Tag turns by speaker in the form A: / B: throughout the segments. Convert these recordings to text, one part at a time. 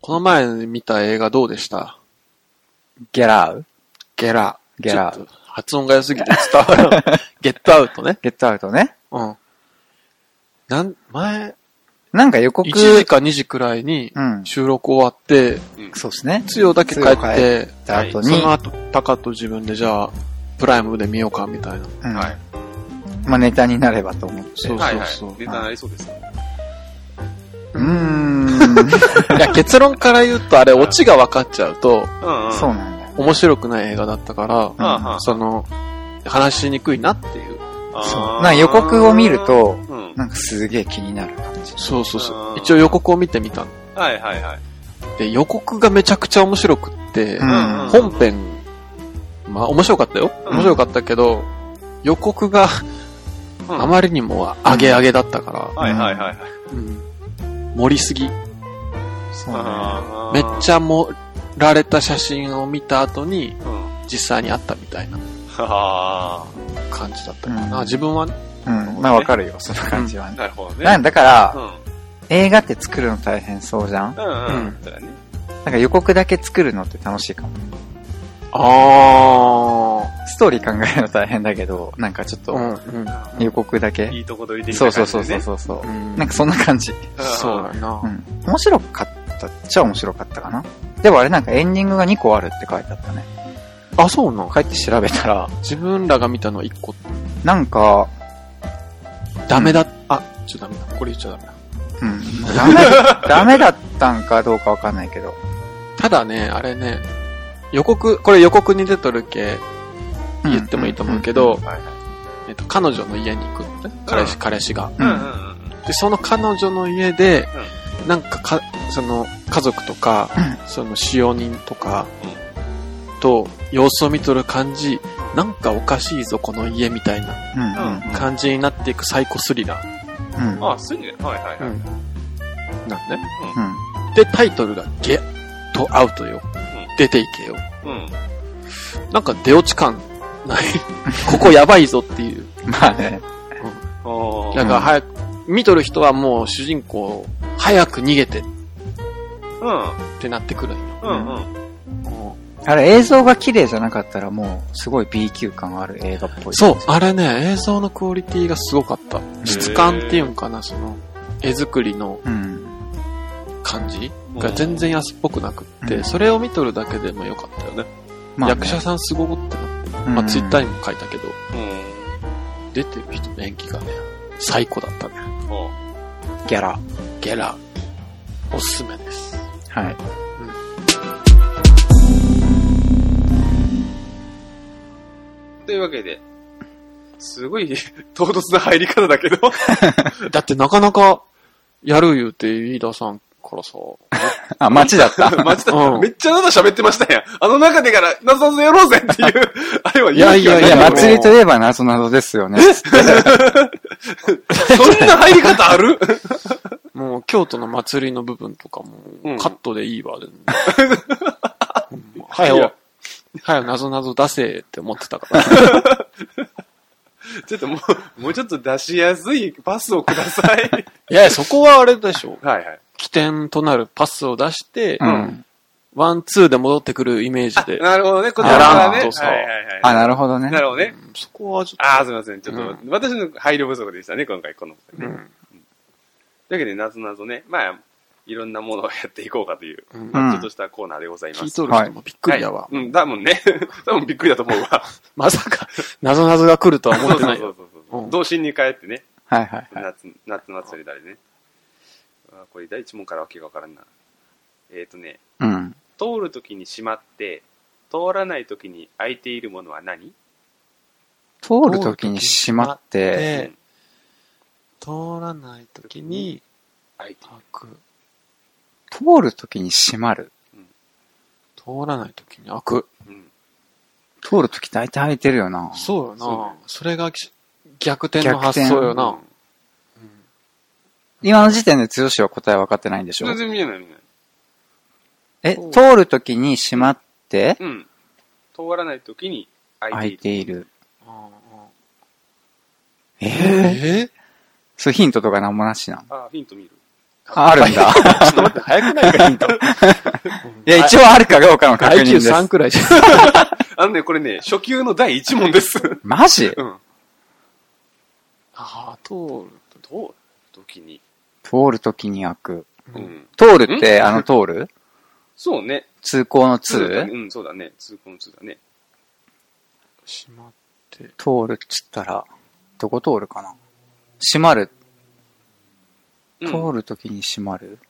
A: この前見た映画どうでした
B: ゲラウ
A: ゲラ。
B: ゲラ
A: ちょっと発音が良すぎて伝わらない。ゲットアウトね。
B: ゲットアウトね。
A: うん。なん、前、
B: なんか予告、
A: 1時か2時くらいに
B: うん。
A: 収録終わって、
B: そうですね。
A: つよだけ帰
B: つよ
A: っ
B: 帰
A: て、
B: た後
A: そ
B: に、
A: の後、タカと自分でじゃあ、プライムで見ようかみたいな。
B: うん
C: はい。
B: まあネタになればと思って。
A: そうう
C: はい
A: そう
C: はい
A: そう。。
C: ネタになりそうです。
B: ーん。
A: いや、結論から言うと、あれ、オチが分かっちゃうと、
C: うんうん。
B: そう
C: は
B: なんだよ。
A: 面白くない映画だったか
B: うん
C: あは
A: ら、その、話しにくいなっていう。
C: あ
B: そう
C: あー
B: なんか予告を見る、と、
C: うん。。
B: なんかすげえ気になる感じ。
A: そうそうそううん一応予告を見てみたの。
C: はいはいはい。
A: で、予告がめちゃくちゃ面白くって
B: う、ん
C: うん
A: 本編、まあ面白かったよ。
C: うん
A: 面白かったけど、予告が
C: うん
A: あまりにも上げ上げだったから、
C: はいはいはいはい。
A: うん盛りすぎ。
B: そうなんだよ
C: あー
A: めっちゃ盛られた写真を見た後に、
C: うん。は
A: 実際にあったみたいな
C: は
A: 感じだったかな。
B: うん
A: 自分はね、
B: うん。まあわかるよ、その感じは
C: ー
B: ね。
C: なるほどね。
B: なんだから、
C: うん。
B: 映画って作るの大変そうじゃん
C: うんう
A: うん
C: ん。そうだね。
B: なんか予告だけ作るのって楽しいかも。
A: あ
B: ストーリー考えるの大変だけど、なんかちょっ
A: ー。う
B: と
A: ん、うん。
B: 予告だ
C: い
B: け。
C: いとこ取りでき
B: そう
C: た
B: そ
C: 感
B: う
C: じで
B: そう
C: ね。
B: そうそうそうう。
A: ん
B: なんかそんな感じ。
A: そうだ
B: う
A: な。
B: ん。面白かったっちゃ面白かったかな。でもあれなんかエンディングが2個あるって書いてあったね。
A: あ、そうなん
B: 帰って調べたら、
A: 自分らが見たの一個、
B: なんか、
A: ダメだ、あ、ちょ、ダメだ。これ言っちゃダメだ。
B: うん、ダ メ、ダメだったんかどうかわかんないけど。
A: ただね、あれね、予告、これ予告に出とるけ、言ってもいいと思うけど、
C: はい
A: えっと、彼女の家に行くのね。彼氏、彼氏が。
B: う
C: うんん
B: う
C: うん
B: んうん。
C: うんうん。
A: で、その彼女の家で、なんかか、その、家族とか、その、使用人とか、と、様子を見とる感じ、なんかおかしいぞ、この家みたいな
B: うんうん
A: 感じになっていくサイコスリラー。
B: うんうん。
C: あ、すぐね。はいはいはい。
A: なんね。
B: うん
A: で、タイトルが、ゲットアウトよ。出ていけよ。
C: うん。
A: なんか出落ち感ない。 ここやばいぞっていう。
B: まあね。
C: お
A: だ
C: ー
A: から早く、見とる人はもう主人公、早く逃げてっ
C: うん。
A: てなってくるんよ。
C: うんうん。
B: あれ映像が綺麗じゃなかったらもう、すごい B 級感ある映画っぽい。
A: そう、あれね、映像のクオリティがすごかった。質感っていうんかな、その、絵作りの
B: う。うん。
A: 感じ
C: うん
A: が全然安っぽくなくって、
B: うん
A: それを見とるだけでもよかったよね。
B: まあね
A: 役者さんすごってなって、
B: うん
A: まあツイッターにも書いたけど、
C: うん。
A: 出てる人の演技がね、最高だったね。
C: お
B: ギャラ。
A: ゲラ、おすすめです。
B: はい。
C: というわけで、すごい唐突な入り方だけど。
A: だってなかなか、やる言うて、飯田さんからさ、
B: あ、街だった。
C: マジ
A: う
C: だ。
A: ん
C: めっちゃ謎喋ってましたやん。あの中でから、謎々やろうぜっ ていう、あれは勇気 が
A: いや
B: いや、
A: いや
B: 祭りといえば謎謎ですよね。
C: そんな入り方ある
A: もう京都の祭りの部分とかも
C: うん、
A: カットでいいわ。でもうん
C: い
A: は
C: や
A: よ、はよ、なぞなぞ出せって思ってた から。
C: ちょっともう、もうちょっと出しやすいパスをくださ い。
A: いやいや、そこはあれでしょ。
C: はいはい。
A: 起点となるパスを出して
B: う、ん。
A: ワン、ツーで戻ってくるイメージで。
C: なるほどね、こちらからね。
A: あ
C: は
A: ら
C: い
A: んとさ
C: はいはい。
B: あ、なるほどね
C: な。るほどね。
A: うんそこはちょっ
C: ああ、すみません。ちょっと、
A: う
C: 私の配慮不足でしたね、今回、この。
A: と。うん
C: というわけで、なぞなぞね、まあ、いろんなものをやっていこうかという、
A: うん
B: うん
C: まあちょっとしたコーナーでございます。
A: 聞いとる人もびっくりやわ
C: は。いうん、多分ね。 多分びっくりだと思うわ。
A: まさか、なぞなぞが来るとは思ってない
C: そ
A: よ
C: う。そうそうそう。
A: うん
C: 童心に帰ってね、
B: はいはいはい。
C: 夏、夏祭りだりね。あーこれ第一問からわけがわからんな。えっ、とね、
B: うん。
C: 通るときに閉まって、通らないときに開いているものは何
B: 通るときに閉まって、
A: で通らないときに、
C: 開いて
A: 開く。
B: 通るときに閉まる。
A: 通らないときに開く。
C: いる。うん。
B: 通るとき大体空いてるよな。
A: そうよな。
C: そう
A: そ
C: ね
A: れがき逆転の発想よな。うん
B: 今の時点で剛は答え分かってないんでしょ
C: 全然見えない見えない。
B: え、通るときに閉まって、
C: うん。通らないときに
B: 空
C: 開い
B: い
C: ている。
B: ている。
A: うんうん
B: え
A: え
B: そうヒントとかなんもなしな。
C: あー、ヒント見る。
B: ああるんだ。
C: ちょっと待って、早くないか、ヒント。
B: いや、一応あるかどうかの確認です。
A: IQ3 くらいじゃん。
C: あのね、これね、初級の第1 問です。う
B: マジ
C: ん。ああ、通る、どう、時に。
B: 通るときに開く。
A: う
C: う。
A: ん
B: 通るって、
C: ん
B: あの通る
C: そうね。
B: 通行の通
C: だねうん、そうだね。通行の通だね。
A: しまって。
B: 通るっつったら、どこ通るかな閉まる。
C: うん
B: 通るときに閉まる、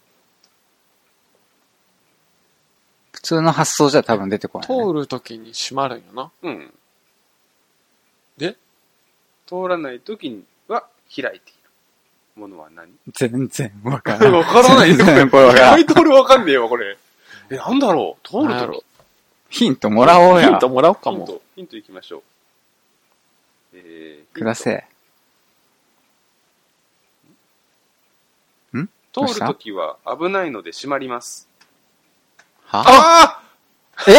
B: 普通の発想じゃ多分出てこない、ね。
A: 通るときに閉まるんよな。
C: うん。
A: で
C: 通らない時には開いているものは何
B: 全然わからない。
C: わからない
B: 全然これわ
C: 意
B: からない
C: 外と俺わかんねえよ、これ。 え、なんだろう通る
A: なんだ
C: と
A: ろ
B: ヒントもらおう
A: ヒン
B: や
A: ト。もらおうか
C: ヒン
A: も。
C: ト、ヒントいきましょう。えー、
B: くだせえ。
C: 通るときは危ないので閉まります。
B: は
C: あ
B: え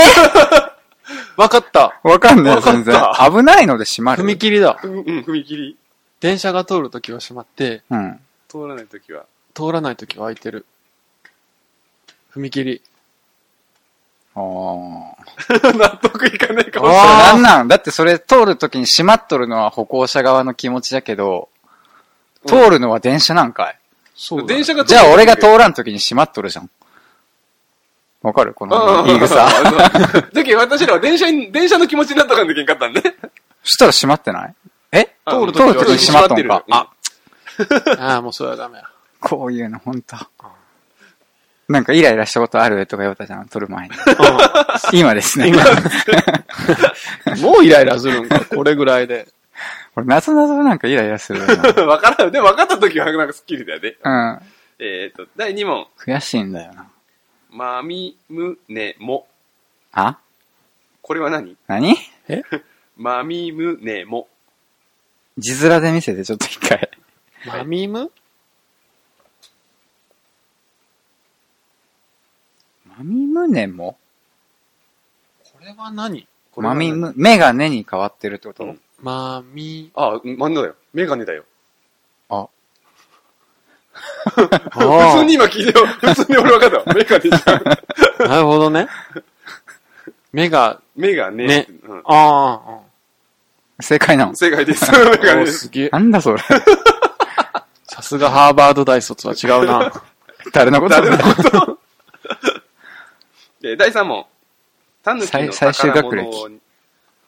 A: わかった
B: わかんない、
C: わかっ
B: 全
C: た
B: 然。危ないので閉まる。
A: 踏切だ
C: あうん、うん踏切。
A: 電車が通るときは閉まって、
B: うん。
C: 通らないときは。
A: 通らないときは開いてる。踏切。
B: おー。
C: 納得いかないか
B: そ
C: も
B: れ
C: しれない。
B: なんなんだってそれ通るときに閉まっとるのは歩行者側の気持ちだけど、通るのは電車なんかい。
A: そ
C: 電車が
B: じゃあ俺が
C: る
B: 通らんときに閉まっとるじゃん。わかるこの言い草。
C: だけど私らは電車に、電車の気持ちになったからできんかったんで。
B: したら閉まってないえ
C: あ
B: 通るときに閉まっとんか。
C: うん
B: あ、
A: ああ、もうそれはダメや。
B: こういうのほんと。なんかイライラしたことあるとか言われたじゃん、撮る前に。今ですね。
A: もうイライラするんか、 これぐらいで。
B: 俺、なぞなぞなんかイライラするよな
C: わからん。でも 分かった時はなんかスッキリだよね。
B: うん。
C: えっ、と、第2問。
B: 悔しいんだよな。
C: まみむねも。
B: あ
C: これは何
B: 何
C: まみむねも。
B: 字面で見せて、ちょっと一回。
A: マミム
B: まみむねも
A: これは何
C: これは
B: まみ
C: 何
B: む、目が根に変わってるってこと、
C: うん
A: マミ、
C: あ、真ん中だよ。メガネだよ。
A: あ
C: 普通に今聞いてよ。普通に俺分かったわ。メガネじ
A: あ、
C: ゃん。
A: なるほどね。目が、
C: メガネ。
A: ね
C: うん
A: あ
B: 正解なの
C: 正解です。 メ
A: あ、
C: ガネ
A: お
C: です。
A: すげえ
B: な。んだそれ。
A: さすがハーバード大卒は違うな。
B: 誰のこと
C: 誰の ことで、第3問。タヌキ
B: 最
C: の
B: 最終
C: 宝
B: 学
C: 物
B: 歴
C: を、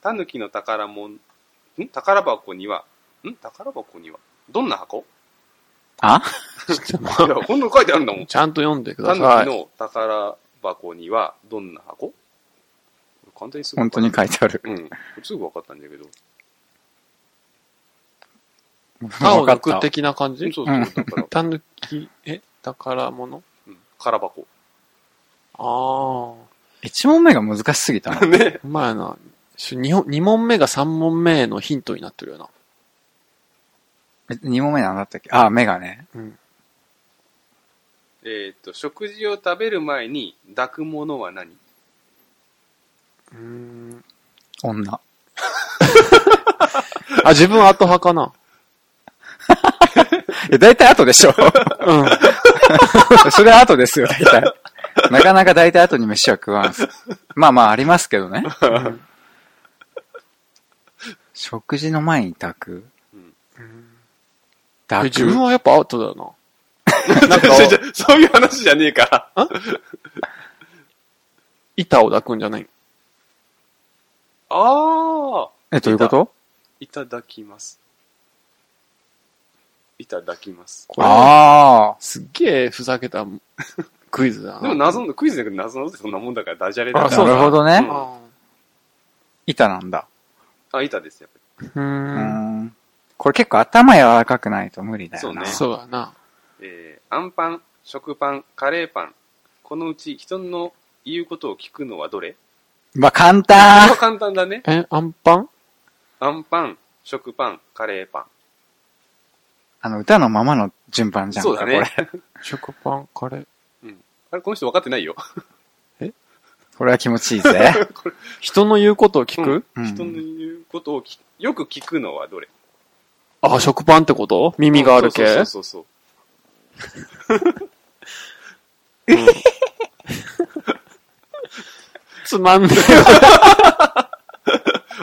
C: タヌキの宝物、ん宝箱には、ん宝箱には、どんな箱
B: あ
C: いや、こんなの書いてあるんだもん。
A: ちゃんと読んでくだ
C: タヌ
A: さ
C: キ
A: い。
C: の宝箱にはどんな箱簡単にすぐ
B: 本
C: 分
B: 当
C: かっ
B: に書いてある。
C: た。うん。すぐ分かったんだけど。
A: 青の
B: わか
A: 句
B: った。
A: 的な感じ
C: そうそう。だから、
A: たぬき、え宝物
C: うん。空箱。
A: あ
B: 一問目が難しすぎたな。
A: あ。うまいな。し二本二問目が三問目のヒントになってるよな。
B: え二問目なんだったっけあ、目がね。
A: うん。
C: えっ、と、食事を食べる前に抱くものは何
A: うーん。
B: 女。
A: あ、自分後派かな。
B: え、大体後でしょ
A: う ん。
B: それは後ですよ、大体。なかなか大体後に飯は食わんす。まあまあ、ありますけどね。食事の前に炊く。
A: え
B: 炊
A: 自分
B: く。
A: はやっぱアウトだよな。なんか、
C: 違う違うそういう話じゃねえから。
A: 板を抱くんじゃない
C: ああ。
B: え、どういうこと
C: いただきます。いただきます。
A: これは
B: ああ。
A: すっげえふざけたクイズだな。
C: でも謎の、クイズだけど謎のってそんなもんだからダジャレだ
A: あ
C: から。
A: そうだ
B: なるほどね
C: うん
A: あ
B: 板なんだ。
C: あ、いたです、やっ
A: ーう
C: ぱ
B: う
A: ーん。
B: ん。これ結構頭柔らかくないと無理だよな。
C: そうね
A: そうだな。
C: り。えー、あんパン、食パン、カレーパン。このうち人の言うことを聞くのはどれ
B: まあ、簡
C: これ
B: 単
C: は。簡単だね。
A: え、アンパン
C: あんパン、食パン、カレーパン。
B: あの、歌のままの順番じゃんか、
C: そうだね
B: これ。
A: 食パン、カレー。
C: あれ、この人分かってないよ。
B: これは気持ちいいぜ。
A: 人の言うことを聞く、
B: うん
C: 人の言うことをきよく聞くのはどれ
A: あ、食パンってこと耳がある系
C: そうそうそうそう
A: つまんね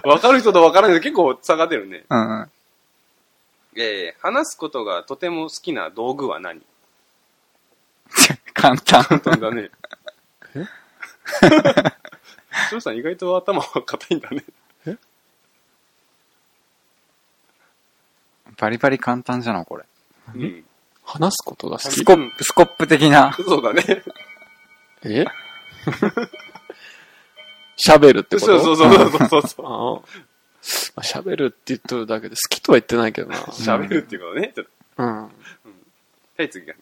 C: わかる人とわからない人結構差が出るね。
B: うん うん。
C: えー、話すことがとても好きな道具は何
B: 簡単。
C: 簡単だ ね。え視聴さん意外と頭は硬いんだね。
B: バリバリ簡単じゃな、これ。
C: うん。
A: 話すことが好
B: ス
A: き
B: コ。ップ、スコップ的な。
C: そうだね。
A: え 喋るって
C: そう
A: こと
C: そうそうそうそうそう。
A: ああまあ喋るって言っとるだけで、好きとは言ってないけどな。
C: 喋るっていうことね。ちょっと
A: うん。
C: はい、次が。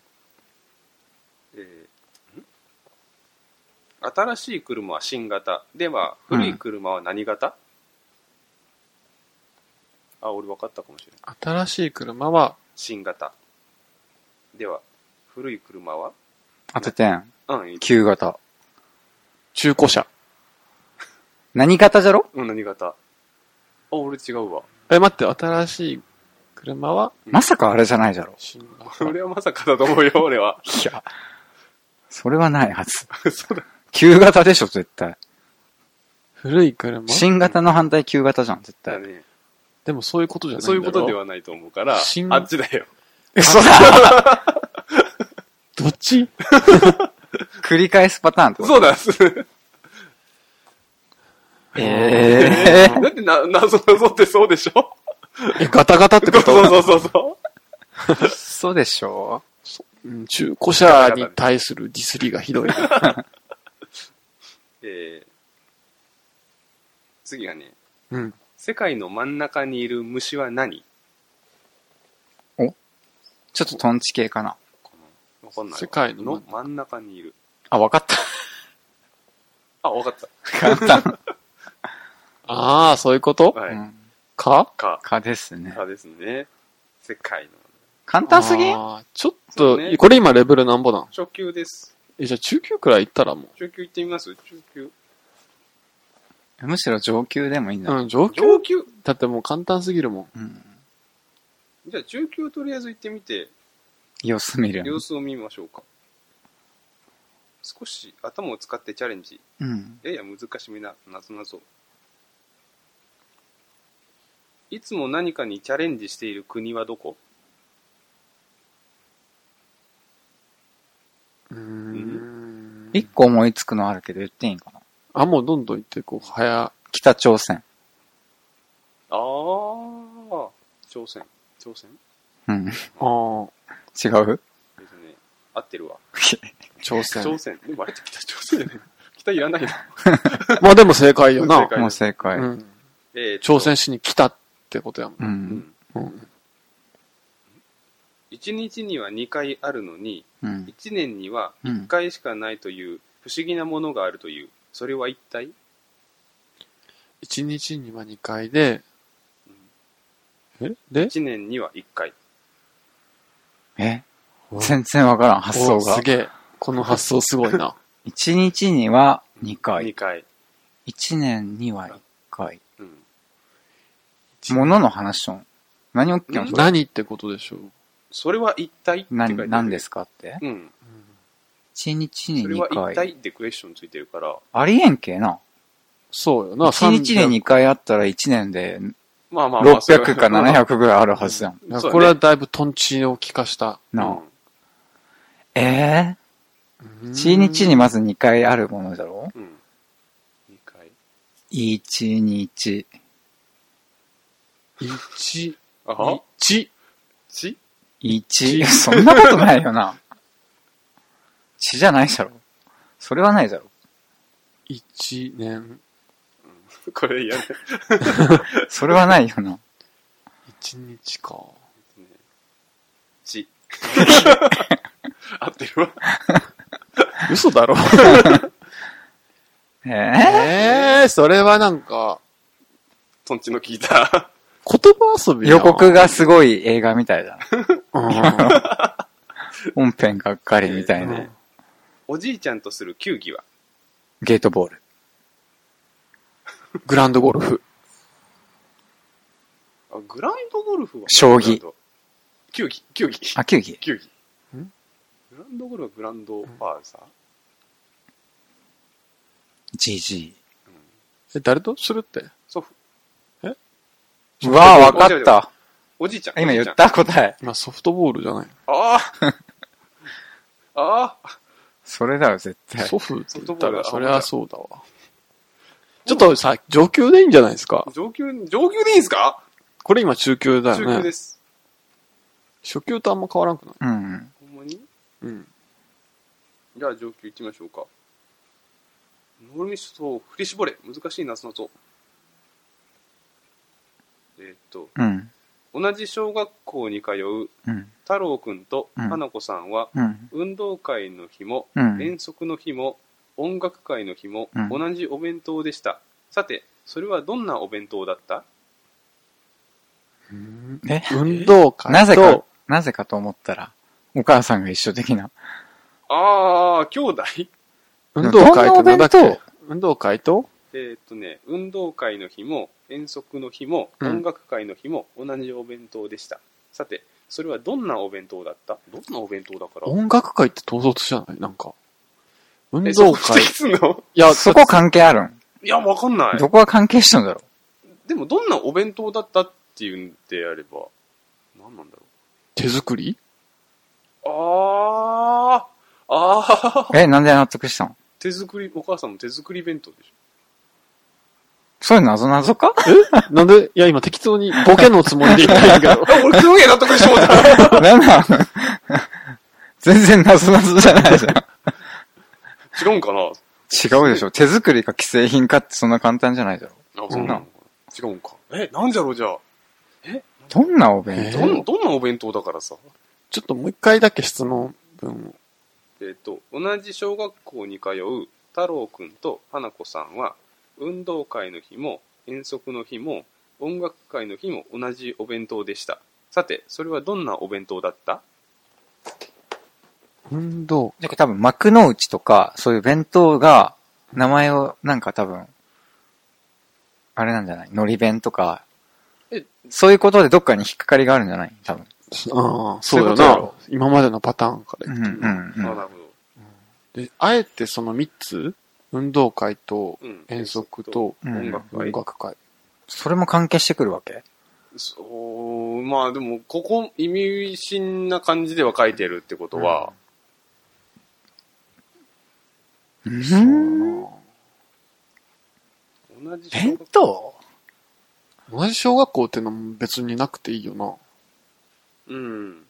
C: えーん新しい車は新型。では、
B: うん
C: 古い車は何型、あ、俺分かったかもしれない。
A: 新しい車は、
C: 新型。では、古い車は
B: 当ててん。
C: うん、いい
B: 旧型。
A: 中古車。
B: 何型じゃろ
C: うん、何型あ、俺違うわ。
A: え、待って、新しい車は、
B: まさかあれじゃないじゃろ
A: 新型
C: これはまさかだと思うよ、俺は。
B: いや。それはないはず。
C: そうだ。
B: 旧型でしょ、絶対。
A: 古い車
B: 新型の反対旧型じゃん、絶対。
C: ね。
A: でもそういうことじゃないんだ
C: そう
A: ろ
C: いうことではないと思うから、
A: 新
C: あっちだよ。
B: 嘘だ
A: どっち
B: 繰り返すパターンってこと
C: そうだ。
B: ええ
C: だってな、謎謎ってそうでしょ
A: え、ガタガタって
C: そ
A: こ
C: う
A: と
C: そうそうそう。
B: そうでしょ
A: うん中古車に対するディスリがひどい。
C: えー次がね、
A: うん。
C: 世界の真ん中にいる虫は何
B: ちょっとトンチ系かな。
C: わかんないわ。
A: 世界の
C: の真ん中にいる。
B: あ、わかった。
C: あ、わかっ
B: 簡 単。
A: ああ、そういうこと
C: た。は
B: う
C: い。
B: ん
A: か
C: か、
B: 蚊ですね。
C: かですね。世界の。
B: 簡単すぎん
A: あーちょっ
C: そう
A: と、
C: ね
A: これ今レベルなんぼなん
C: 初級です。
A: え、じゃあ中級くらい行ったらも
C: 中級行ってみます中級。
B: むしろ上級でもいいんじ
A: う。
B: ゃな
A: う
B: い
A: ん、上級
C: 上級
A: だってもう簡単すぎるもん。
B: うん。
C: じゃあ中級とりあえず行ってみて、
B: 様子見る。
C: 様子を見ましょうか。少し頭を使ってチャレンジ。
B: うん。
C: やや難しめな謎々いつも何かにチャレンジしている国はどこ
A: うーん。
B: 一個思いつくのあるけど言っていいんかな。
A: あ、もうどんどん行ってこう、早。
B: 北朝鮮。
C: ああ、朝鮮。朝鮮
B: うん。違
A: ああ、
B: う
C: ですね。合ってるわ。
A: 挑
C: 朝
A: 戦。
C: 鮮。でもあれって北朝鮮じ ゃない北いらないの。
A: まあでも正解よな
C: 正。解
B: もう正解。
A: うん。
C: えーっと
A: 挑。戦しに来たってことやもん。
B: う。
C: うんん。
A: うん。
C: 1日には2回あるのに、
B: うん。
C: 1年には
B: う
C: 1
B: ん。
C: 回しかないという不思議なものがあるという。それは一体
A: 1日には2回で、えで
C: ?1 年には1回。
B: え全然わからん、発想
A: お
B: が
A: す。げえ。この発想すごいな。
B: 一日には2
C: 2
B: 回。
C: 回。
B: 一年には1回。
C: うん。
B: ものの話しょん。何を聞きましょ
A: 何ってことでしょう。
C: それは一体って
B: う
C: 書いて
B: 何、
C: ある
B: 何ですかって
C: うん。
B: 一日に
C: それは一
B: 2回。
C: 体ってクエスチョンついてるから、
B: ありえんけえな。
A: そうよな。
B: 一日に2回あったら1年で
C: まあまあまあ。それは
B: 600か。700ぐらいあるはずやん。
A: 300
C: そうだね
A: これはだいぶトンチを聞かした。
C: うん
B: なあ。ええ一
A: 1
B: 日にまず2回あるものだろ
C: うん。うん。二回。
B: 一日。
A: 1、
C: あ
A: 1、
C: ち
B: 一そんなことないよな。血じゃないじゃろ。それはないじゃろ。
A: 1年、
C: これ嫌ね。
B: それはないよな。
A: 1日か。
C: ち。 合ってるわ。
A: 嘘だろ
B: え
A: え
B: え
A: ー、それはなんか、
C: とんちの効いた。
A: 言葉遊びや
B: 予
A: ん
B: 告がすごい映画みたいだな。
A: うん
B: 本編がっかりみたいな。
A: うん
C: おじいちゃんとする球技は
B: ゲートボール。
A: グランドゴルフ。
C: あグランドゴルフは
B: 将棋。
C: 球技、球技。
B: あ、球技。
C: 球技。
A: ん
C: グランドゴルフはグランドファーザ
B: GG。
A: え、誰とするって。
C: 祖父。
B: うわぁ、わかっ
C: ちょ
B: た。
C: おじいちゃん。
B: 今
C: おじ
B: 言
C: いちゃん
B: った答え。
A: まあ、ソフトボールじゃない。
C: ああああ
B: それだよ、絶対。
A: 祖父って言ったら、
C: ソフ
A: そ
C: トボー
A: り
C: ルだ
A: ゃそうだわ。ちょっとさ、上級でいいんじゃないですか。
C: 上級、上級でいいんすか
A: これ今中級だ
C: 中
A: よ
C: 級で
A: ね。
C: す。
A: 初級とあんま変わらんくない
B: うん。
C: ほんまに
A: うん。
C: じゃあ上級行きましょうか。ノルミストを振り絞れ。難しい夏のぞ。えーっと、
B: うん。
C: 同じ小学校に通う
B: うん。
C: 太郎くんと
B: うん
C: 花子さんは、
B: うん。
C: 運動会の日も、
B: うん。
C: 遠足の日も、音楽会の日も、
B: うん
C: 同じお弁当でした。さて、それはどんなお弁当だった
B: え
A: 運動会と、
B: なぜか、なぜかと思ったら、お母さんが一緒的な。
C: ああ、兄弟
A: 運動会となんだっ
B: どんなお弁
A: け運動会と
C: えーっとね、運動会の日も、遠足の日も、
A: うん
C: 音楽会の日も、同じお弁当でした。さて、それはどんなお弁当だったどんなお弁当だから
A: 音楽会って統率じゃないなんか。運
C: え
A: 動
C: そこ
A: 会。
C: 指摘
A: い
C: すんの
A: や、
B: そこ
A: だって
B: 関係あるん
C: いや、わかんない。
B: どこが関係したんだろ
C: でも、どんなお弁当だったっていうんであれば、何なんだろう。
A: 手作り
C: ああ、ああ、
B: うえ、なんで納得したの
C: 手作り、お母さんも手作り弁当でし
B: そういう謎謎か
A: えなんでいや、今適当にボケのつもりで言ったんやけど。
C: ょ。俺、すげえ納得してもらった。
B: なんなん 全然謎謎じゃないじ
C: 違うんかな
B: ゃん。違うでしょ。手作りか既製品かってそんな簡単じゃないだろ。
C: あ、そうなのかな違うんか。え、なんじゃろう、じゃあ。
B: どんなお弁
A: え
C: どん、
A: ー
C: どんなお弁当だからさ。
A: ちょっともう一回だけ質問文を。
C: えっ、と、同じ小学校に通う太郎くんと花子さんは、運動会の日も、遠足の日も、音楽会の日も同じお弁当でした。さて、それはどんなお弁当だった
A: 運動。
B: 当多分幕の内とか、そういう弁当が、名前をなんか多分、あれなんじゃない海苔弁とか
C: え、
B: そういうことでどっかに引っかかりがあるんじゃない多分。
A: ああ、
B: そ
A: そうう
B: い
A: だよ
B: うことや
A: な
B: ろ。
A: 今までのパターンから
B: う
A: 言
B: ん
A: っ
B: う
A: て、
B: んう
C: あ、
B: ん
C: な。るほど。
A: で、あえてその3つ、運動会と
C: うん
A: 遠足と
B: うん
C: 音楽会
A: 音。楽会。
B: それも関係してくるわけ
C: そう、まあでも、ここ、意味深な感じでは書いてるってことは、
A: そうだな
C: 同じ小学
B: 弁当
A: 同じ小学校ってのも別になくていいよな。
C: うん。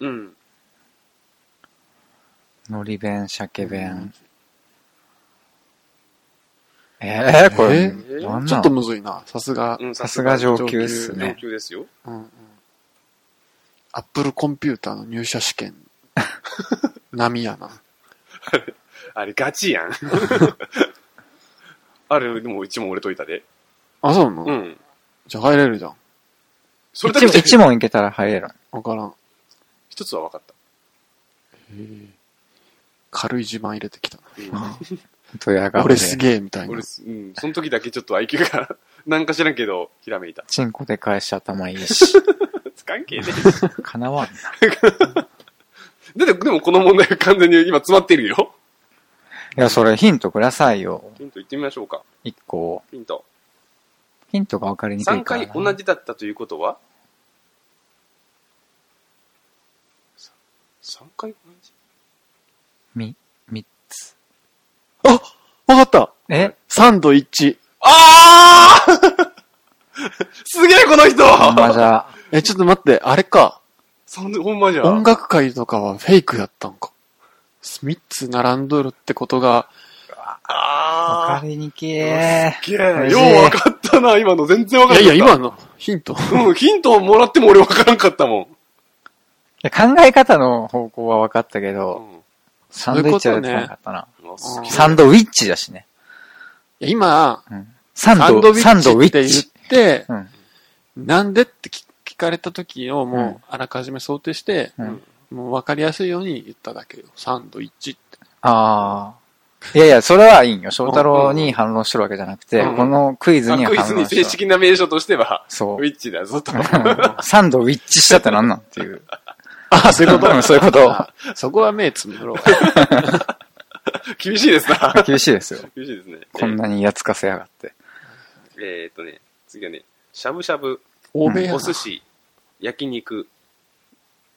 C: うん。
B: 海苔弁、鮭弁。ええこれ、
A: え
C: ー
B: なん
A: ちょ
B: な
A: っと
B: ん
A: むずいな。さすが。
C: うん、
B: さすが上級っ
A: 上
B: す
A: 級
C: 上
B: ね。
C: 級ですよ。
A: うんうん。アップルコンピューターの入社試 験。波やな。
C: あれ、ガチや ん。あれ、でも一問俺解いたで。
A: あ、そうなの、
C: うん。
A: じゃあ入れるじゃん。
C: それだけ
B: 一
C: で
B: 一問いけたら入れる。
A: わからん。
C: 一つは分かった。
A: 軽い自慢入れてきた
B: ドヤ
A: な。
B: 顔で。
A: 俺すげえみたいな
C: 俺。す、うん、その時だけちょっと IQ が、 なんか知らんけど、ひらめいた。
B: チンコで返し頭いいし。
C: つかんけね。
B: 叶わんな。
C: だって、でもこの問題は完全に今詰まってるよ。
B: いや、それヒントくださいよ。
C: ヒント言ってみましょうか。
B: 一個。
C: ヒント。
B: ヒントが分かりにくい
C: 3
B: からな。
C: 回同じだったということは ?3 回同じ
B: み、三つ。
A: あわかった
B: え
A: サ度一致。
C: あー すげえ、この人
B: ほんまじゃ。
A: え、ちょっと待って、あれか。
C: そんでほんまじゃ。
A: 音楽会とかはフェイクやったんか。3つ並んどるってことが、
B: 分
C: あ
B: かりにけ
C: ー。
B: え。
C: すっげえ。ようわかったな、今の。全然わ
A: い
C: かん
A: や
C: ないか
A: や、
C: った。
A: 今のヒント。
C: うん、ヒントをもらっても俺わからんかったもん。
B: いや考え方の方向は分かったけど、サンドイッチは出てこなかったな。
C: うんあすげえ
B: サンドウィッチだしね。
A: いや今、
B: うんサ
A: サ
B: ン
A: ン
B: ド、
A: ド
B: サンドウ
A: ウィッ
B: ィ
A: チ
B: ッ
A: って
B: チ。
A: 言って、
B: うん。
A: なんでって聞聞かれた時を
B: う
A: も
B: ん
A: うあらかじめ想定して、
B: うん
A: もう分かりやすいように言っただけよ。サンドイッチって。
B: ああ。いやいや、それはいいんよ。翔太郎に反論してるわけじゃなくて、
C: うん
B: このクイズに
C: あ
B: は
C: クイ
B: 反
C: ズに
B: 論
C: 正
B: してる。
C: 式な名称としては、
B: そう。
C: ウィッチだぞと。
B: サンドウィッチしたってなんなんっていう。
A: あ、そういうこと
B: うんそういうこと。
A: あそこは目つむろう。
C: 厳しいですな。
B: 厳しいですよ。
C: 厳しいですね。
B: こんなにやつかせやがって。
C: えーっとね、次はね、しゃぶしゃぶ、
A: 欧米やな
C: お寿司、焼肉、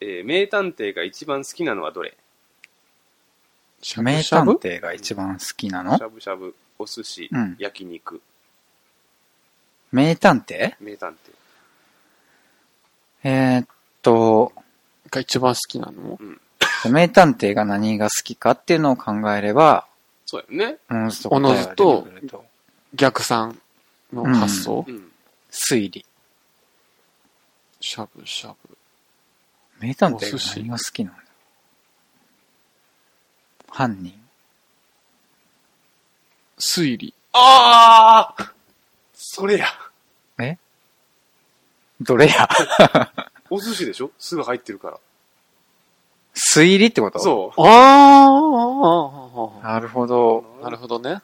C: えー名探偵が一番好きなのはどれ
A: しゃぶ
B: 名
A: しゃ
B: 探
A: ぶ
B: 偵が一番好きなの
C: しゃぶしゃぶ、お寿司、
B: うん
C: 焼肉、
B: 名探偵
C: 名探偵。
B: えーっと、
A: が一番好きなの
B: 名探偵が何が好きかっていうのを考えれば、
C: そうやね。
B: おのずと答えが出てくると。
A: 逆算の発想
C: うん。
B: 推理。
A: しゃぶしゃぶ。
B: 名探偵が何が好きなの犯人。
A: 推理。
C: ああそれや。
B: どれや
C: お寿司でしょ酢が入ってるから。
B: 推理ってこと
C: そ
A: ああ
B: なるほ
C: う
B: ど。。
A: なるほどね。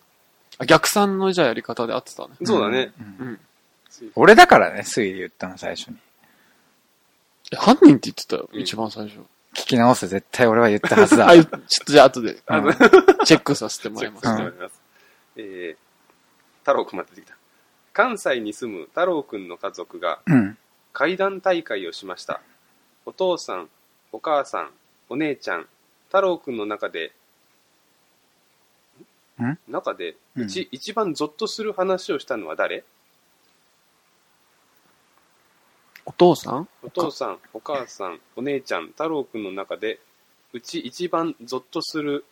A: あ逆算のじゃあやり方で合ってたね。
C: そうだね。
B: うん。うん
A: うん。
B: 俺だからね、推理言ったの最初に。
A: え犯人って言ってたよ、
C: うん
A: 一番最初。
B: 聞き直せ、絶対俺は言ったはずだ。
A: あ、ちょっとじゃあ後で、
B: うん
A: チェックさせても
C: チ
A: ら
C: ェ
A: いま
C: ック
A: す。
C: してもらいます。えー、太郎くんまで出てきた。関西に住む太郎くんの家族が
B: うん。
C: 怪談大会をしました。お父さん、お母さん、お姉ちゃん、太郎くんの中で、
B: ん
C: 中で、
B: うん
C: 一一番ゾッとする話をしたのは誰
A: お父さん
C: お父さん、お母さん、お姉ちゃん、太郎くんの中で、うち一番ゾッとする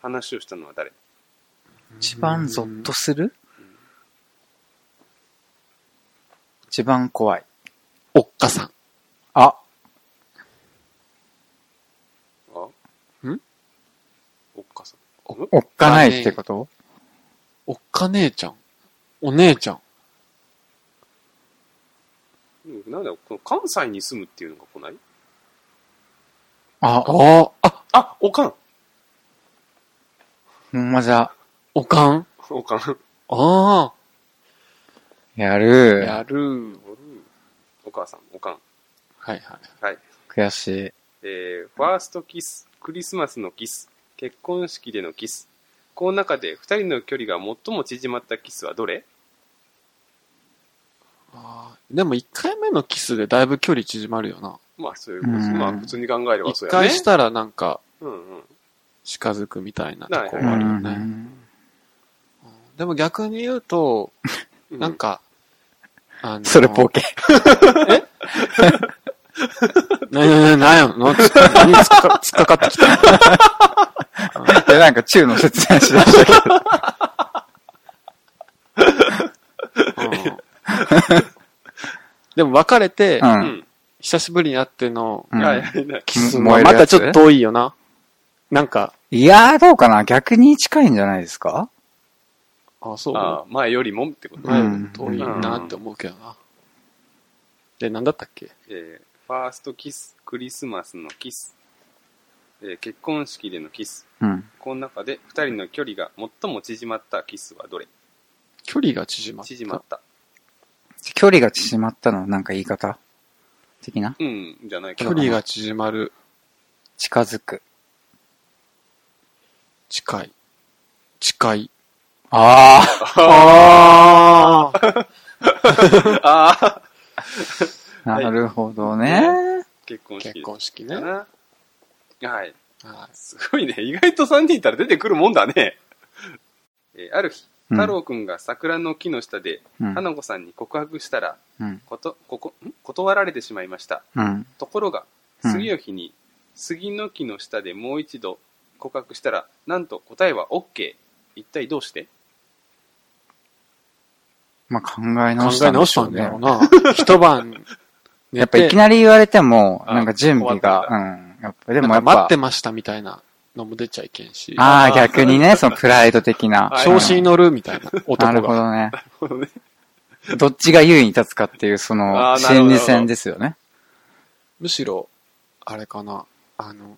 C: 話をしたのは誰
B: 一番ゾッとする一番怖い。
A: おっかさん。
B: あ、
C: あ
A: ん
C: おっかさん。
B: おっかないってこと
A: おっか姉ちゃん。お姉ちゃん。
C: うんなんだよこの関西に住むっていうのが来ない
B: あ、
A: あーあ、
C: あ、おかん
B: ほんまじゃ、
A: おかん
C: おかん。
A: あ
B: や
A: あ、
B: る。
A: やる。
C: お母さん、おかん。
A: はいはい。
C: はい。
B: 悔しい。
C: えー、ファーストキス、クリスマスのキス、結婚式でのキス。この中で二人の距離が最も縮まったキスはどれ
A: あーでも1回目のキスでだいぶ距離縮まるよな。
C: まあ、そういうことです。
B: うん
C: まあ、普通に考えればそ
A: 1
C: うやね。
A: 回したらなんか
C: うんうん。
A: 近づくみたいなとこ
C: う
B: う
A: ろあるよ
B: ん
A: ね。でも逆に言うと、
C: う
A: なん、か、あの
B: それボケ。
A: ななななんやなんつ何つっか、つっかかってきた。
B: で、なんか中の説明しだしたけど。
A: うんでも別れて、
B: う。
C: うんん。
A: 久しぶりに会っての
B: うん
C: はいはいはい。
A: キス
B: 燃
A: は
B: えるや
A: ま
B: つ
A: たちょっと遠いよな。なんか、
B: いやー、どうかな逆に近いんじゃないですか
A: あ、そう。
C: ああ、前よりもってこと
A: 前
C: ね。
A: より遠いなって思うけどな。で、なんだったっけ
C: えーファーストキス、クリスマスのキス、えー結婚式でのキス。
B: うん。
C: この中で二人の距離が最も縮まったキスはどれ
A: 距離が縮まった。
C: 縮まった。
B: 距離が縮まったの、なんか言い方的な
C: うん、じゃないか
A: 距
C: な。
A: 離が縮まる。
B: 近づく。
A: 近い。近い。
B: あ
A: ああ
C: あ あ
B: ー、なるほどね。
C: ね結婚式
A: 結婚式ね
C: だ。な。はい。
A: は
C: すごいね。意外と3人いたら出てくるもんだね。 えーある日、
B: うん
C: 太郎くんが桜の木の下で、
B: うん
C: 花子さんに告白したら、
B: うん。
C: ことここん断られてしまいました。
B: うん。
C: ところが、
B: うん
C: 次の日に、杉の木の下でもう一度告白したら、なんと答えは OK。一体どうして
B: まあ、考え
A: い
B: 直
A: 考
B: した
A: え
B: んで
A: 直
B: し
A: し
B: ょ
A: た
B: うんね
A: だろう。 な。一晩寝て。
B: やっぱいきなり言われても、
C: あ
B: なんか準備
C: 終
B: が、
C: わ
B: うん。やっぱ、でも
A: な
B: や
A: ん
B: っ
A: か待っ
B: ぱ
A: て、ましたみたいなのも出ちゃいけんし。
B: ああ、逆にね、そのプライド的な。
C: はい
A: 調子に乗るみたいな男が。
B: なるほどね。
C: なるほどね。
B: どっちが優位に立つかっていう、その、
C: あーなるほ
B: 心
C: ど
B: 理戦ですよね。
A: むしろ、あれかな、あの、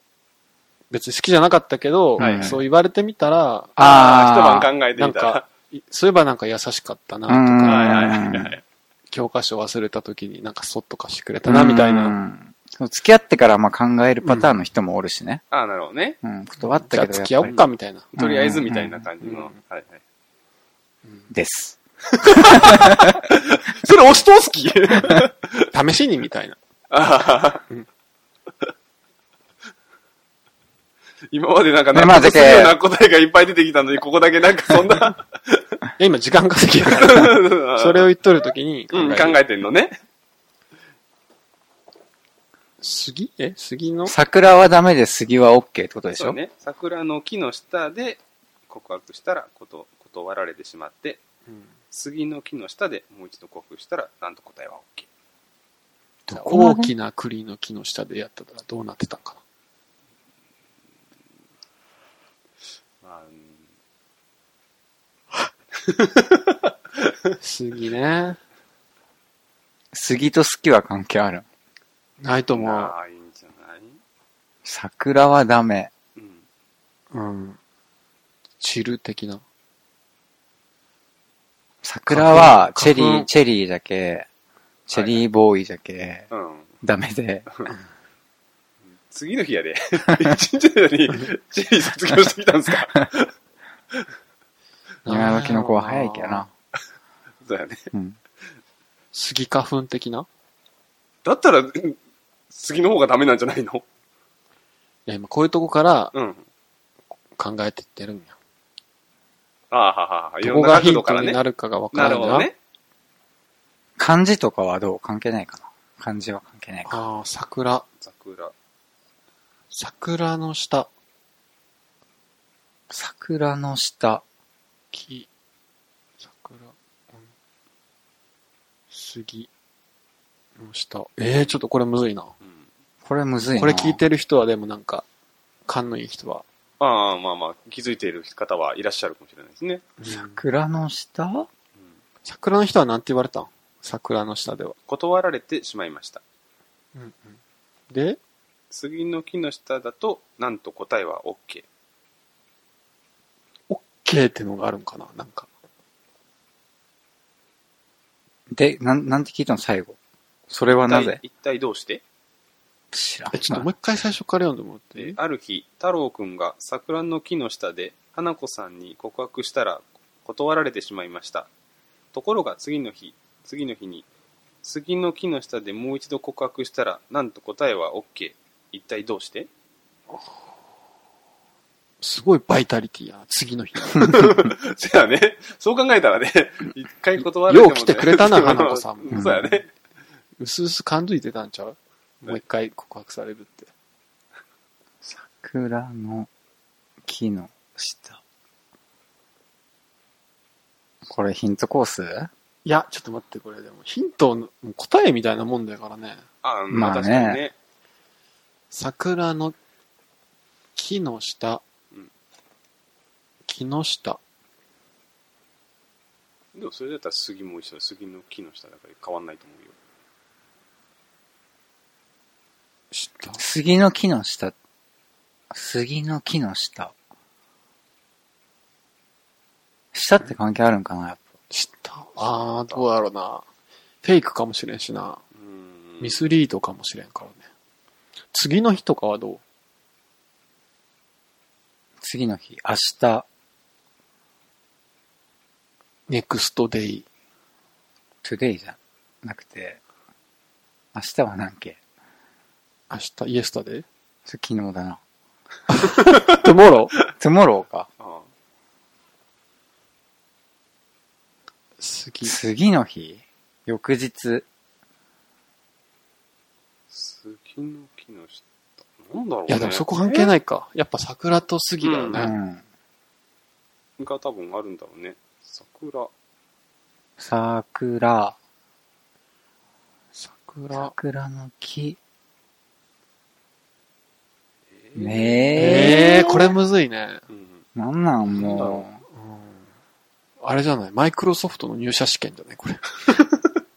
A: 別に好きじゃなかったけど、
B: はいはい
A: そう言われてみたら、
B: あー
C: あ ー一晩考えて
A: なん
C: みたら
A: か。、いそういえばなんか優しかったな
B: う
A: とか、
B: ん。
C: はいはいはいはい。
A: 教科書忘れた時になんかそっとかしてくれたな、みたいな。
B: うん。その付き合ってからまあ考えるパターンの人もおるしね。
C: ああ、なるほどね。
B: うん。断っ
A: じゃ
B: た
A: あ
B: けどやっぱり。
A: 付き合おっか、みたいな。
C: とりあえずみたいな感じ
A: うん
C: の。はいはい。
B: です。
C: それ押し通す気
A: 試しにみたいな。
C: あー
A: うん
C: 今までなんか、
B: ね
C: 納
B: まあ
C: 得するような
B: だ
C: 答えがいっぱい出てきたのに、ここだけなんかそんな、
A: いや、今時間稼ぎだから。それを言っとるときに
C: うん、考
A: る
C: えてんのね。
A: 杉え杉の
B: 桜はダメで杉は OK ってことでし
C: そう
B: ょ
C: ね。桜の木の下で告白したらこと断られてしまって、
A: うん
C: 杉の木の下でもう一度告白したら、なんと答えは OK。
B: こま
A: 大
B: で
A: きな栗の木の下でやったらどうなってたんか
C: まあうん
A: な。杉ね。
B: 杉と好きは関係ある。
A: ないと思う。
C: まあ、いいんじゃない
B: 桜はダメ。
C: うん。
A: うん。チル的な。
B: 桜はチェリ
A: 花
B: ー、
A: 粉
B: チェリーだけ、チェリーボーイだけ、
C: うん。
B: ダメで。
C: 次の日やで。 一日のように、 チェリー卒業してきたんですか
B: 今時の子は早いけどな。。
C: そうだよね。
B: うん。
A: 杉花粉的な
C: だったら、うん杉の方がダメなんじゃないの
A: いや、今こういうとこから
C: うん。
A: 考えてってるんや。
C: ああ、ははは。い
A: ど
C: ろ
A: こ
C: ん
A: が
C: な
A: ヒ
C: 角
A: ン
C: 度か
A: ト
C: ら
A: に
C: ね。
A: なるかがわから
C: なんる
A: な。
C: ほどね。
B: 漢字とかはどう関係ないかな漢字は関係ないか。
A: ああ、桜。
C: 桜。
A: 桜の下。
B: 桜の下。
A: 木。桜。うん杉。の下。ええー、ちょっとこれむずいな。
C: うん。
B: これむずいな。
A: これ聞い。てる人はでもなんか、勘のいい人は。
C: ああ、まあまあ、気づいている方はいらっしゃるかもしれないですね。
B: 桜の下
C: うん
A: 桜の人はなんて言われたん桜の下では。
C: 断られてしまいました。
A: で、
C: 杉の木の下だと、なんと答えは OK。
A: K ってのがあるんかななんか。
B: で、なん、なんて聞いたの最後。それはなぜ
C: 一体どうして
B: 知らん
A: え、ちょっともう一回最初から読んでもらって。
C: ある日、太郎くんが桜の木の下で花子さんに告白したら断られてしまいました。ところが次の日、次の日に、杉の木の下でもう一度告白したら、なんと答えは OK。一体どう して
A: すごいバイタリティやな。次の日。
C: そうやね。そう考えたら ね、一回断られて
A: よ
C: も、
A: う
C: ね。
A: 来てくれたな、花子さん
C: う
A: も。
C: そうやね。
A: うすうす感づいてたんちゃうもう一回告白されるって。
B: 桜の木の下。これヒントコース
A: いや、ちょっと待って、これでも、ヒントのもう答えみたいなもんだからね。
C: あ、
B: ま
C: ま
B: あね
C: あ、確かにね。
A: 桜の木の下
C: うん。
A: 木の下。
C: でもそれだったら杉も一緒だ杉の木の下だから変わんないと思うよ。
A: 下。
B: 杉の木の下。杉の木の下。下って関係あるんかなやっ
A: 下。あー、どうやろうな。フェイクかもしれんしな。
C: うん
A: ミスリードかもしれんからね。次の日とかはどう
B: ぱ次の日、明日、
A: ネクストデイ。
B: today じゃなくて、明日は何系
A: 明日、イエスタデイ
B: それ昨日だな。
A: トゥモ ロー
B: tomorrow か。
C: あ
A: 次。
B: 次の日翌日。
C: 杉の木の下。なんだろう
A: い
C: ね。
A: や、でもそこ関係ないか。やっぱ桜と杉だよ
B: う
A: ね。
B: ん。
C: が多分あるんだろうね。桜。
B: 桜、
A: 桜。
B: 桜の木。
C: えー
B: ねえ。
A: えー、これむずいね。
C: うん。
B: なんなん
C: なんだ
B: も
C: ろ
B: う。
A: あれじゃないマイクロソフトの入社試験じゃないこれ。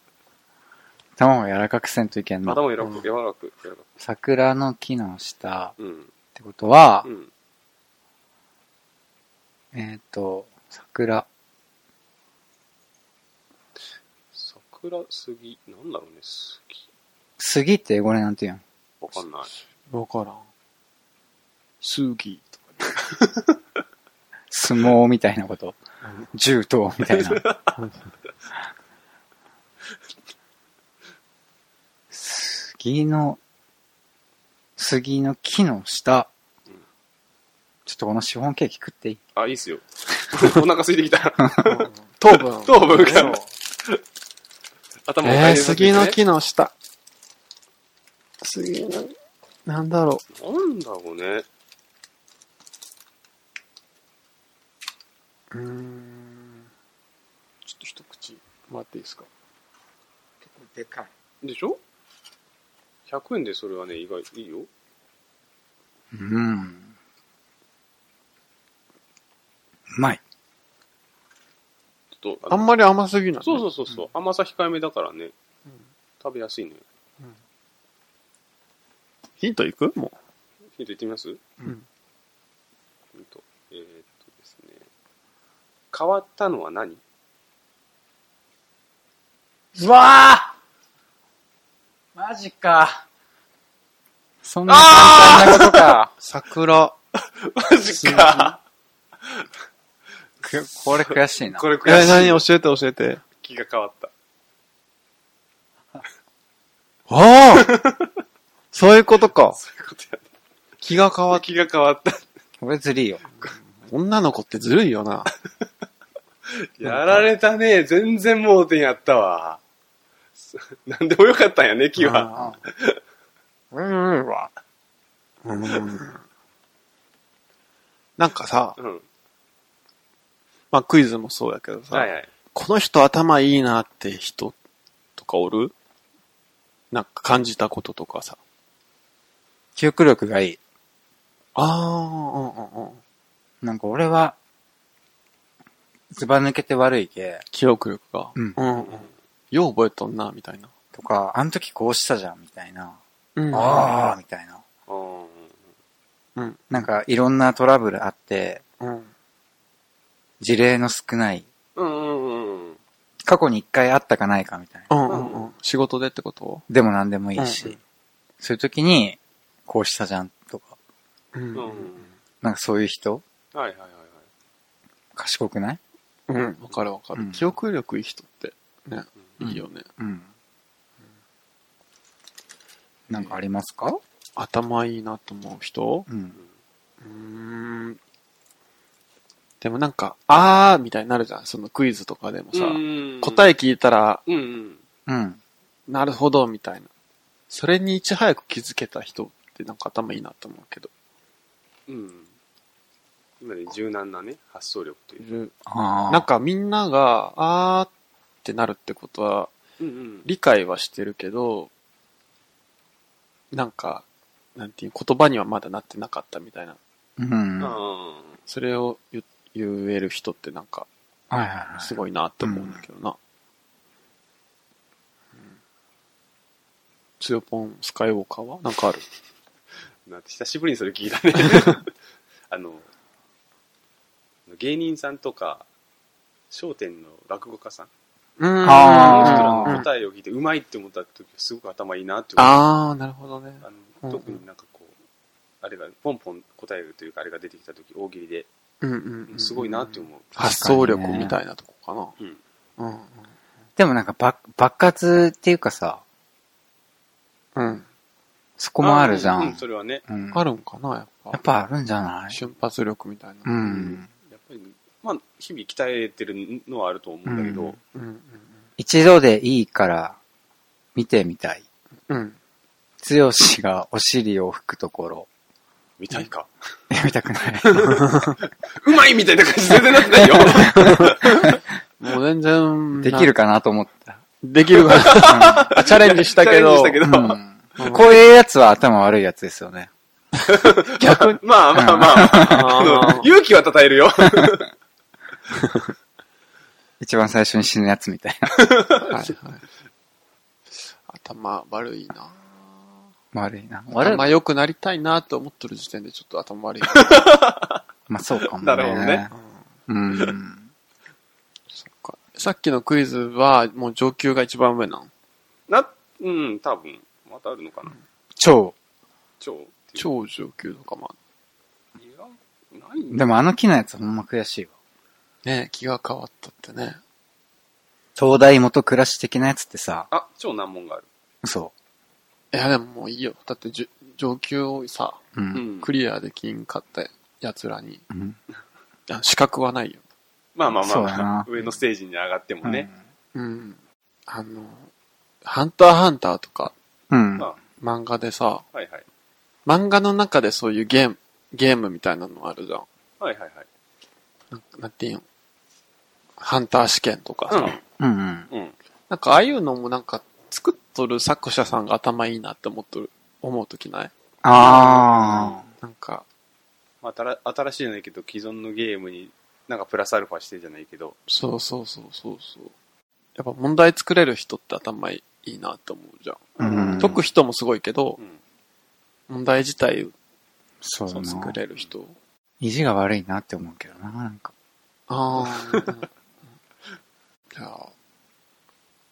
B: 卵柔らかくせんといけんの。
C: 頭柔らかく、柔らかく、柔らか
B: 桜の木の下
C: く。うん。
B: ってことは
C: う、ん。
B: えっと、桜、
C: 桜、杉、なんだろうね、杉。
B: 杉って英語でなんて言うん
C: わかんない。
A: わからん。杉と
B: 相撲みたいなこと。
A: か。
B: 銃と、みたいな。杉の、杉の木の下。ちょっとこのシフォンケーキ食っていい
C: あ、いいっすよ。 お腹空いてきた。
A: 糖分。
C: 糖分が頭を
A: えー、
C: 回転させ
A: 杉
C: てね
A: の木の下。杉の、なんだろ
C: なんだろうね。
A: う。うーん。ちょっと一口もらっていいですか
B: 結構でかい。
C: でしょ ?100 円でそれはね、意外、いいよ。
B: うん。うまい。
C: ちょっと、
A: あんまり甘すぎない。
C: そうそうそうそう、甘さ控えめだからね、
A: うん
C: 食べやすいね。
A: ヒントいくも
C: ヒント言ってみますヒ
A: う。うん。
C: ント。えー、っとですね。変わったのは何
B: うわーマジか。そんな簡単なことか。
A: 桜。
C: マジか
B: くこれ悔しいな。
C: これ
A: え
C: 悔
A: ー、
C: しい。
A: 何教えて教えて。
C: 気が変わった。
A: ああ そういうことか。
C: そういうことや
A: 気が変わっ
C: った。気が変わった。
B: これずりいよ。
A: 女の子ってずるいよな。
C: やられたね。全然盲点やったわ。 なんでもよかったんやね、気は。
A: あー。うん、うん、わ。 うん。なんかさ、
C: うん。
A: まあ、クイズもそうやけどさ、
C: はいはい。
A: この人頭いいなって人とかおるなんか感じたこととかさ。
B: 記憶力がいい。
A: ああ、うんうんうん。
B: なんか俺は、ずば抜けて悪いけ、
A: 記憶力が。
B: うん
A: うんうん。よう覚えとんな、みたいな。
B: とか、あの時こうしたじゃん、みたいな。
A: うん
B: ああ、みたいな。
C: あー
B: なんかいろんなトラブルあって、
A: うん。
B: 事例の少ない。
C: うんうんうんうん。
B: 過去に一回あったかないかみたいな。
A: うんうんうん。仕事でってこと
B: でも何でもいいし。
A: うん
B: そういう時に、こうしたじゃんとか。
A: う
C: うんうん。
B: なんかそういう人
C: はいはいはいはい。
B: 賢くない
A: うん。わかるわか
B: う
A: る
B: ん。
A: 記憶力いい人って、ね、いいよね。
B: うん。なんかありますか
A: 頭いいなと思う人
B: うん。
A: うーん。でもなんか、あーみたいになるじゃん。そのクイズとかでもさ、答
C: え。
A: え聞いたら、
C: うんうん。
B: うん。
A: なるほど、みたいな。それにいち早く気づけた人ってなんか頭いいなと思うけど。
C: うん。今ね、柔軟なね、発想力という。
B: ああ。
A: なんかみんなが、あーってなるってことは、
C: うんうん。
A: 理解はしてるけど、なんか、なんていう、言葉にはまだなってなかったみたいな。
B: うん。はい
C: ああ。
A: それを言言える人ってなんか、
B: はいはい。
A: すごいなって思うんだけどな。つよぽん、スカイウォーカーはなんかある。
C: なんて久しぶりにそれ聞いた ね。あの、芸人さんとか、商店の落語家さん、
A: うん
B: あー
C: あの
B: あ
C: 人ら
B: ー
C: の答えを聞いて、うまいって思った時、すごく頭いいなって思う
A: あー、なるほどね。
C: あ
A: うんう
C: の
A: ん
C: 特になんかこう、あれが、ポンポン答えるというか、あれが出てきた時、大喜利で、
A: うんうん、うん。
C: すごいなって思う。
A: 発想力みたいなとこか
C: うん
A: な。うん。
B: でもなんかば爆発っていうかさ、
A: うん。うん。
B: そこもあるじゃ。
C: うんうそれはね。
B: うん
A: あるんかな、やっぱ。
B: やっぱあるんじゃない
A: 瞬発力みたいな。う
B: う。
A: ん
C: やっぱり、まあ、日々鍛えてるのはあると思うんだけど、
B: うん
A: んうん
B: 一度でいいから見てみたい。
A: うん。うん。
B: つよしがお尻を拭くところ。
C: みたいか。
B: いや見たくない。
C: うまいみたいな感じ全然なっ てないよ。
A: もう全然。
B: できるかなと思った。
A: できるかな。あチャレンジしたけど。
C: チャレンジしたけど
B: うんこういうやつは頭悪いやつですよね。
A: 逆に。
C: まあまあまあ、あの勇気は称えるよ。
B: 一番最初に死ぬやつみたいな。
A: はいはい。頭悪いな。
B: 悪いな。悪い。
A: 頭良くなりたいなと思っとる時点でちょっと頭悪い。
B: まあそうかもね。
C: なるほどね
B: うん。
A: さっきのクイズはもう上級が一番上なん
C: な、うん、多分。またあるのかな。
B: 超。
C: 超っていう。
A: 超上級とかもあ
C: いや、ないんだ。
B: でもあの木のやつほんま悔しいわ。
A: ね、気が変わったってね。
B: 東大元暮らし的なやつってさ、
C: あ、超難問がある。
B: そ
A: いや、でももういいよ。だってじゅ、上級をさ、
B: う。う。
C: うんん。
A: クリアできんかった奴らに、
B: うん。
A: あ資格はないよ。
C: まあまあまあ
B: そう
C: ま
B: だ
C: あ、
B: な
C: 上のステージに上がってもね。
A: うん。あの、ハンターハンターとか
B: うん。
C: ま
A: 漫画でさ、
C: あ、はいはい。
A: 漫画の中でそういうゲーム、ゲームみたいなのあるじゃん。
C: はいはいはい。
A: なんなんていうんハンター試験とかさ、
B: うん。
C: うん。うん。
A: なんかああいうのもなんか作っとる作者さんが頭いいなって思っとる、思うときない
B: あ
A: なんか、
C: まあ、たら新しいのだけど、既存のゲームになんかプラスアルファしてじゃないけど、
A: そうそうそうそうそう。やっぱ問題作れる人って頭いいなって思うじゃん。
B: あ。うん。
A: 解く人もすごいけど
C: う、ん。
A: 問題自体
B: そうだ
A: を
B: な
A: 作。れる人。
B: 意地が悪いなって思うけどな、なんか。
A: ああ。 じゃあ、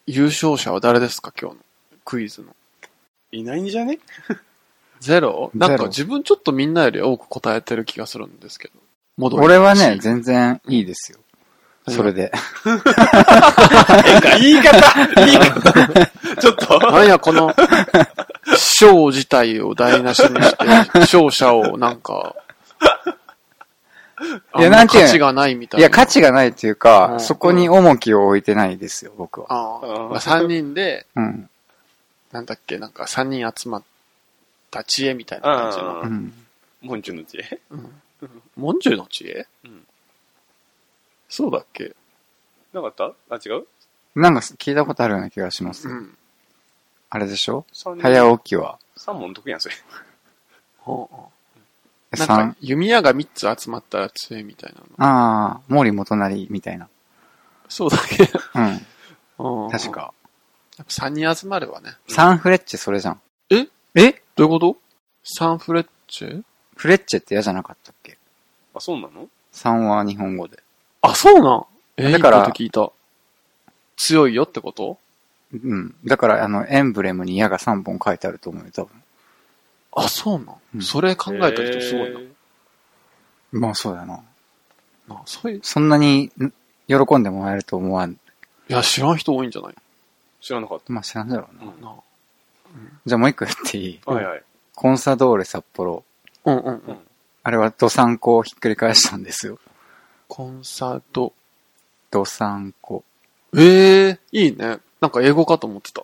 A: 優勝者は誰ですか今日のクイズの。
C: いないんじゃね
A: ゼロなん
B: ゼ
A: か
B: ロ
A: 自分ちょっとみんなより多く答えてる気がするんですけど。戻り
B: 俺はね、、全然いいですよ。それで。
C: 言い方言い方ちょっと、
A: なんや、こ の、賞自体を台無しにして、勝者をなんか、
B: いやなんてい
A: あんま
B: うの
A: 価値がないみたいな。
B: いや、価値がないっていう
A: う
B: か、
A: ん
B: そこに重きを置いてないですよ、僕は。
A: あ
C: うん
A: あ。3人で、
B: うん。
A: なんだっけ、なんか3人集まった知恵みたいな感じの。
B: う
C: うん
B: ん。
C: モンチュの知恵
A: モンジュの知恵
C: うん
A: そうだっけ
C: なかったあ、違う
B: なんか聞いたことあるような気がします
A: う。ん。
B: あれでしょ
C: 三人
B: 早起きは
C: 三問得意やん、それ。
A: ほうほうなん
B: 3
A: か。弓矢が3つ集まったら強いみたいなの。
B: ああ、毛利元就みたいな。
A: そうだっけ
B: うん。
A: うん
B: 確。か。
A: やっぱ3人集まればね。
B: サンフレッチェそれじゃん。
A: え
B: え
A: どういうことサンフレッチェ
B: フレッチェって嫌じゃなかったっけ
C: あ、そうなの
B: ?3 は日本語で。
A: あ、そうなんえー、
B: だから
A: いいこと聞いた。強いよってこと
B: うん。だから、あの、エンブレムに矢が3本書いてあると思うよ、多分。
A: あ、そうなん、
B: うん
A: それ考えた人すごいな。
C: へ
B: まあそうだよな。
A: なそういう、
B: そんなにん喜んでもらえると思わん。
A: いや、知らん人多いんじゃない
C: ー知らなかっ
B: まあ知らんだろうな。
C: た。うん
A: な
B: じゃあもう一個言っていい
C: はいはい。
B: コンサドーレ札幌。
A: うんうんう
C: うんん。
B: あれはドサンコをひっくり返したんですよ。
A: コンサート。
B: ドサンコ。
A: ええいいね。なんか英語かと思って た。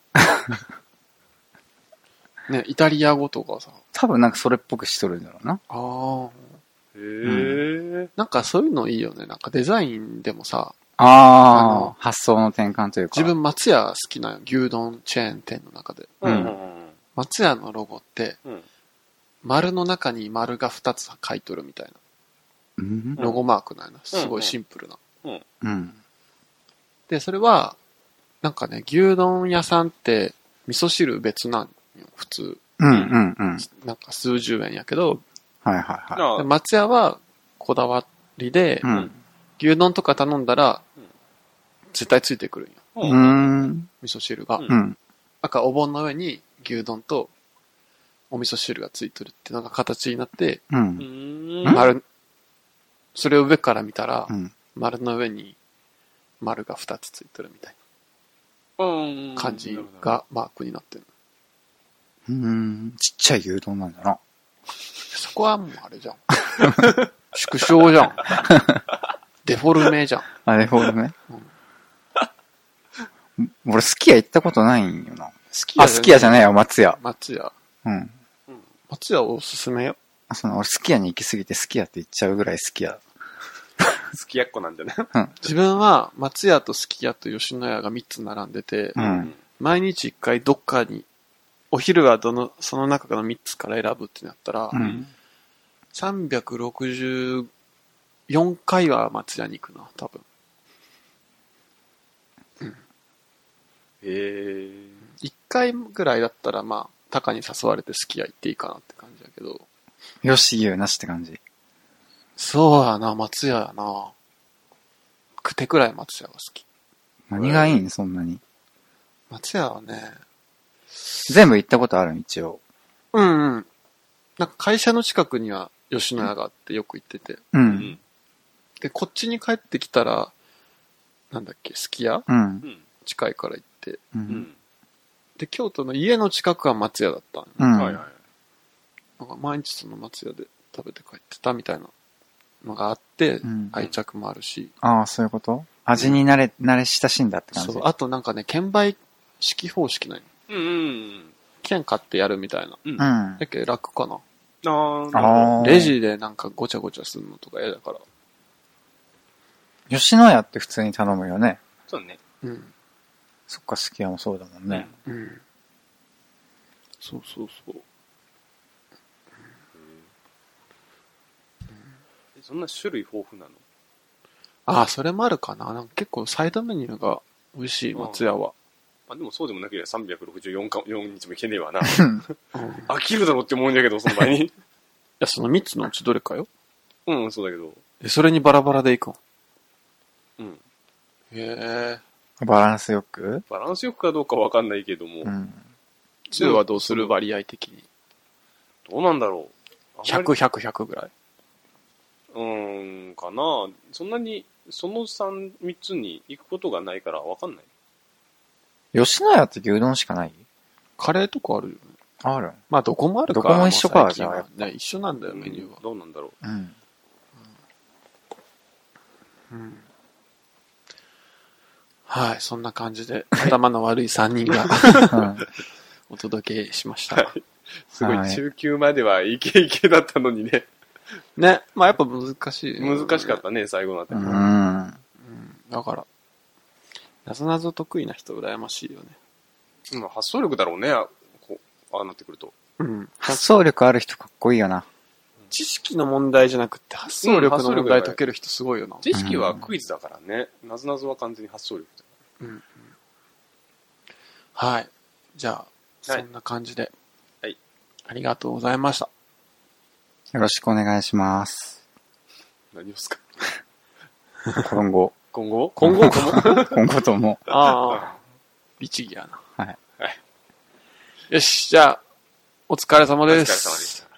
A: ね、イタリア語とかさ。
B: 多分なんかそれっぽくしとるんだろうな。
A: ああ。
C: へー
A: なんかそういうのいいよね。なんかデザインでもさ、あ
B: あ
A: の
B: あ、発想の転換というか。
A: 自分松屋好きな牛丼チェーン店の中で。
B: うん
C: うんうん
A: 松屋のロゴって、
C: うん。うん。
A: 丸の中に丸が2つ書いとるみたいな。
B: うん。
A: ロゴマークなんやな。すごいシンプルな。
B: うん。
A: で、それは、なんかね、牛丼屋さんって、味噌汁別なんよ、普通。
B: うん。うん。うん。
A: なんか数十円やけど、
B: はいはいは
C: あ
A: で松屋はこだわりで
B: い。う、ん。
A: 牛丼とか頼んだら
C: うん、
A: 絶対ついてくるんよ、
B: う
C: う
B: ー
C: ん。
B: ん。
A: 味噌汁が
C: うん。
B: うん。
A: だからお盆の上に牛丼とお味噌汁がついてるってなんか形になって、
B: う。
C: うんーん。
A: 丸、それを上から見たら
B: う、ん。
A: 丸の上に丸が2つついてるみたい
C: うん
A: な感じがマークになってる。
B: うん。ちっちゃい牛丼なんだな。
A: そこはもうあれじゃん。縮小じゃ ん。デフォルメじゃん。
B: あれほどね。俺、すき家行ったことないんよな。
A: 好き
B: あ、すき家じゃないよ、松屋。
A: 松屋。
B: うん。
A: 松屋おすすめよ。
B: あ、その、俺、すき家に行きすぎてすき家って言っちゃうぐらいすき家。
C: 好きやっこなんじゃない
A: 自分は松屋とすき家と吉野家が3つ並んでて、
B: うん
A: 毎日1回どっかに、お昼はどの、その中の3つから選ぶってなったら、
B: うん。
A: 364回は松屋に行くな、多分。
C: へー
A: 1回ぐらいだったら、まあ、タカに誘われてすき家行っていいかなって感じだけど、
B: よし、言うなしって感じ。
A: そうやな、松屋やな。くてくらい松屋が好き。
B: 何がいいん、そんなに。
A: 松屋はね、
B: 全部行ったことある一応。
A: うんうん。なんか会社の近くには吉野家があってよく行ってて、
B: う。
C: うんん。
A: で、こっちに帰ってきたら、なんだっけ、すき家
B: うん
C: う。ん。
A: 近いから行って。
B: う。
C: うんん。
A: で、京都の家の近くは松屋だったの。
B: うん。
C: はいはい。
A: なんか毎日その松屋で食べて帰ってたみたいなのがあって、
B: うん
A: 愛着もあるし、
B: ああ、そういうこと味に慣れ、慣れ親しんだって感じ。
A: そう、あとなんかね、券売式方式ない
C: うんうん
A: 券買ってやるみたいな。
C: うん。うん。
B: う
C: あ
B: ん。
A: だっけ楽かな。
C: あー、なるほど
B: ああ。
A: レ。ジでなんかごちゃごちゃするのとか嫌だから。
B: 吉野家って普通に頼むよね。
C: そうね。
A: うん。
B: そっか、すき家もそうだもんね。
A: うん。そうそうそう。
C: うん。そんな種類豊富なの
A: ああ、それもあるかな。なんか結構サイドメニューが美味しい、松屋は。
C: まあでもそうでもなければ364か4日もいけねえわな。
A: うん。い
C: 飽きるだろって思うんだけど、その場合に。
A: や、その3つのうちどれかよ。
C: うん、そうだけど。
A: え、それにバラバラでいくん。
C: うん。
A: へえ。
B: バランスよく
C: バランスよくかどうかわかんないけども、
B: うん。
A: 2はどうする割合的に。
C: どうなんだろう。あんまり
A: 100、100、100ぐらい。
C: うーん、かな。そんなに、その3、3つに行くことがないからわかんない。
B: 吉野家って牛丼しかない
A: カレーとかあるよね。
B: ある
A: まあ、どこもあるから。
B: どこも一緒か
A: う最近は
B: じゃ
A: ね、一緒なんだよ、メニューは。
C: どうなんだろ
B: うん。
A: うん。はい、そんな感じで、頭の悪い3人 がお届けしました。
C: う。すご、
B: はいい
C: 中級まではイケイケだったのにね。
A: ね、まあやっぱ難しい、
C: 難しかっ。たね、最後のあた
B: う
C: り。
B: ん。
A: うん、だから、なぞなぞ得意な人羨ましいよね。
C: うん、発想力だろうね、こう、ああなってくると。
A: うん。
B: 発想力ある人かっこいいよな。
A: 知識の問題じゃなくて、発想力の問
C: うん発想力が
A: 題
C: ね
A: 解ける人すごいよな。
C: 知識はクイズだからね。なぞなぞは完全に発想力だ。
A: はい。じゃあ、
C: は
A: そ
C: い
A: んな感じで。
C: はい。
A: ありがとうございました。
B: よろしくお願いします。
C: 何をすか
B: 今後。
C: 今後
A: 今後も
B: 今後とも。
A: ああ。律儀やな。
B: はい。
A: よし、じゃあ、お疲れ様
C: お疲れ
A: で
C: 様でした。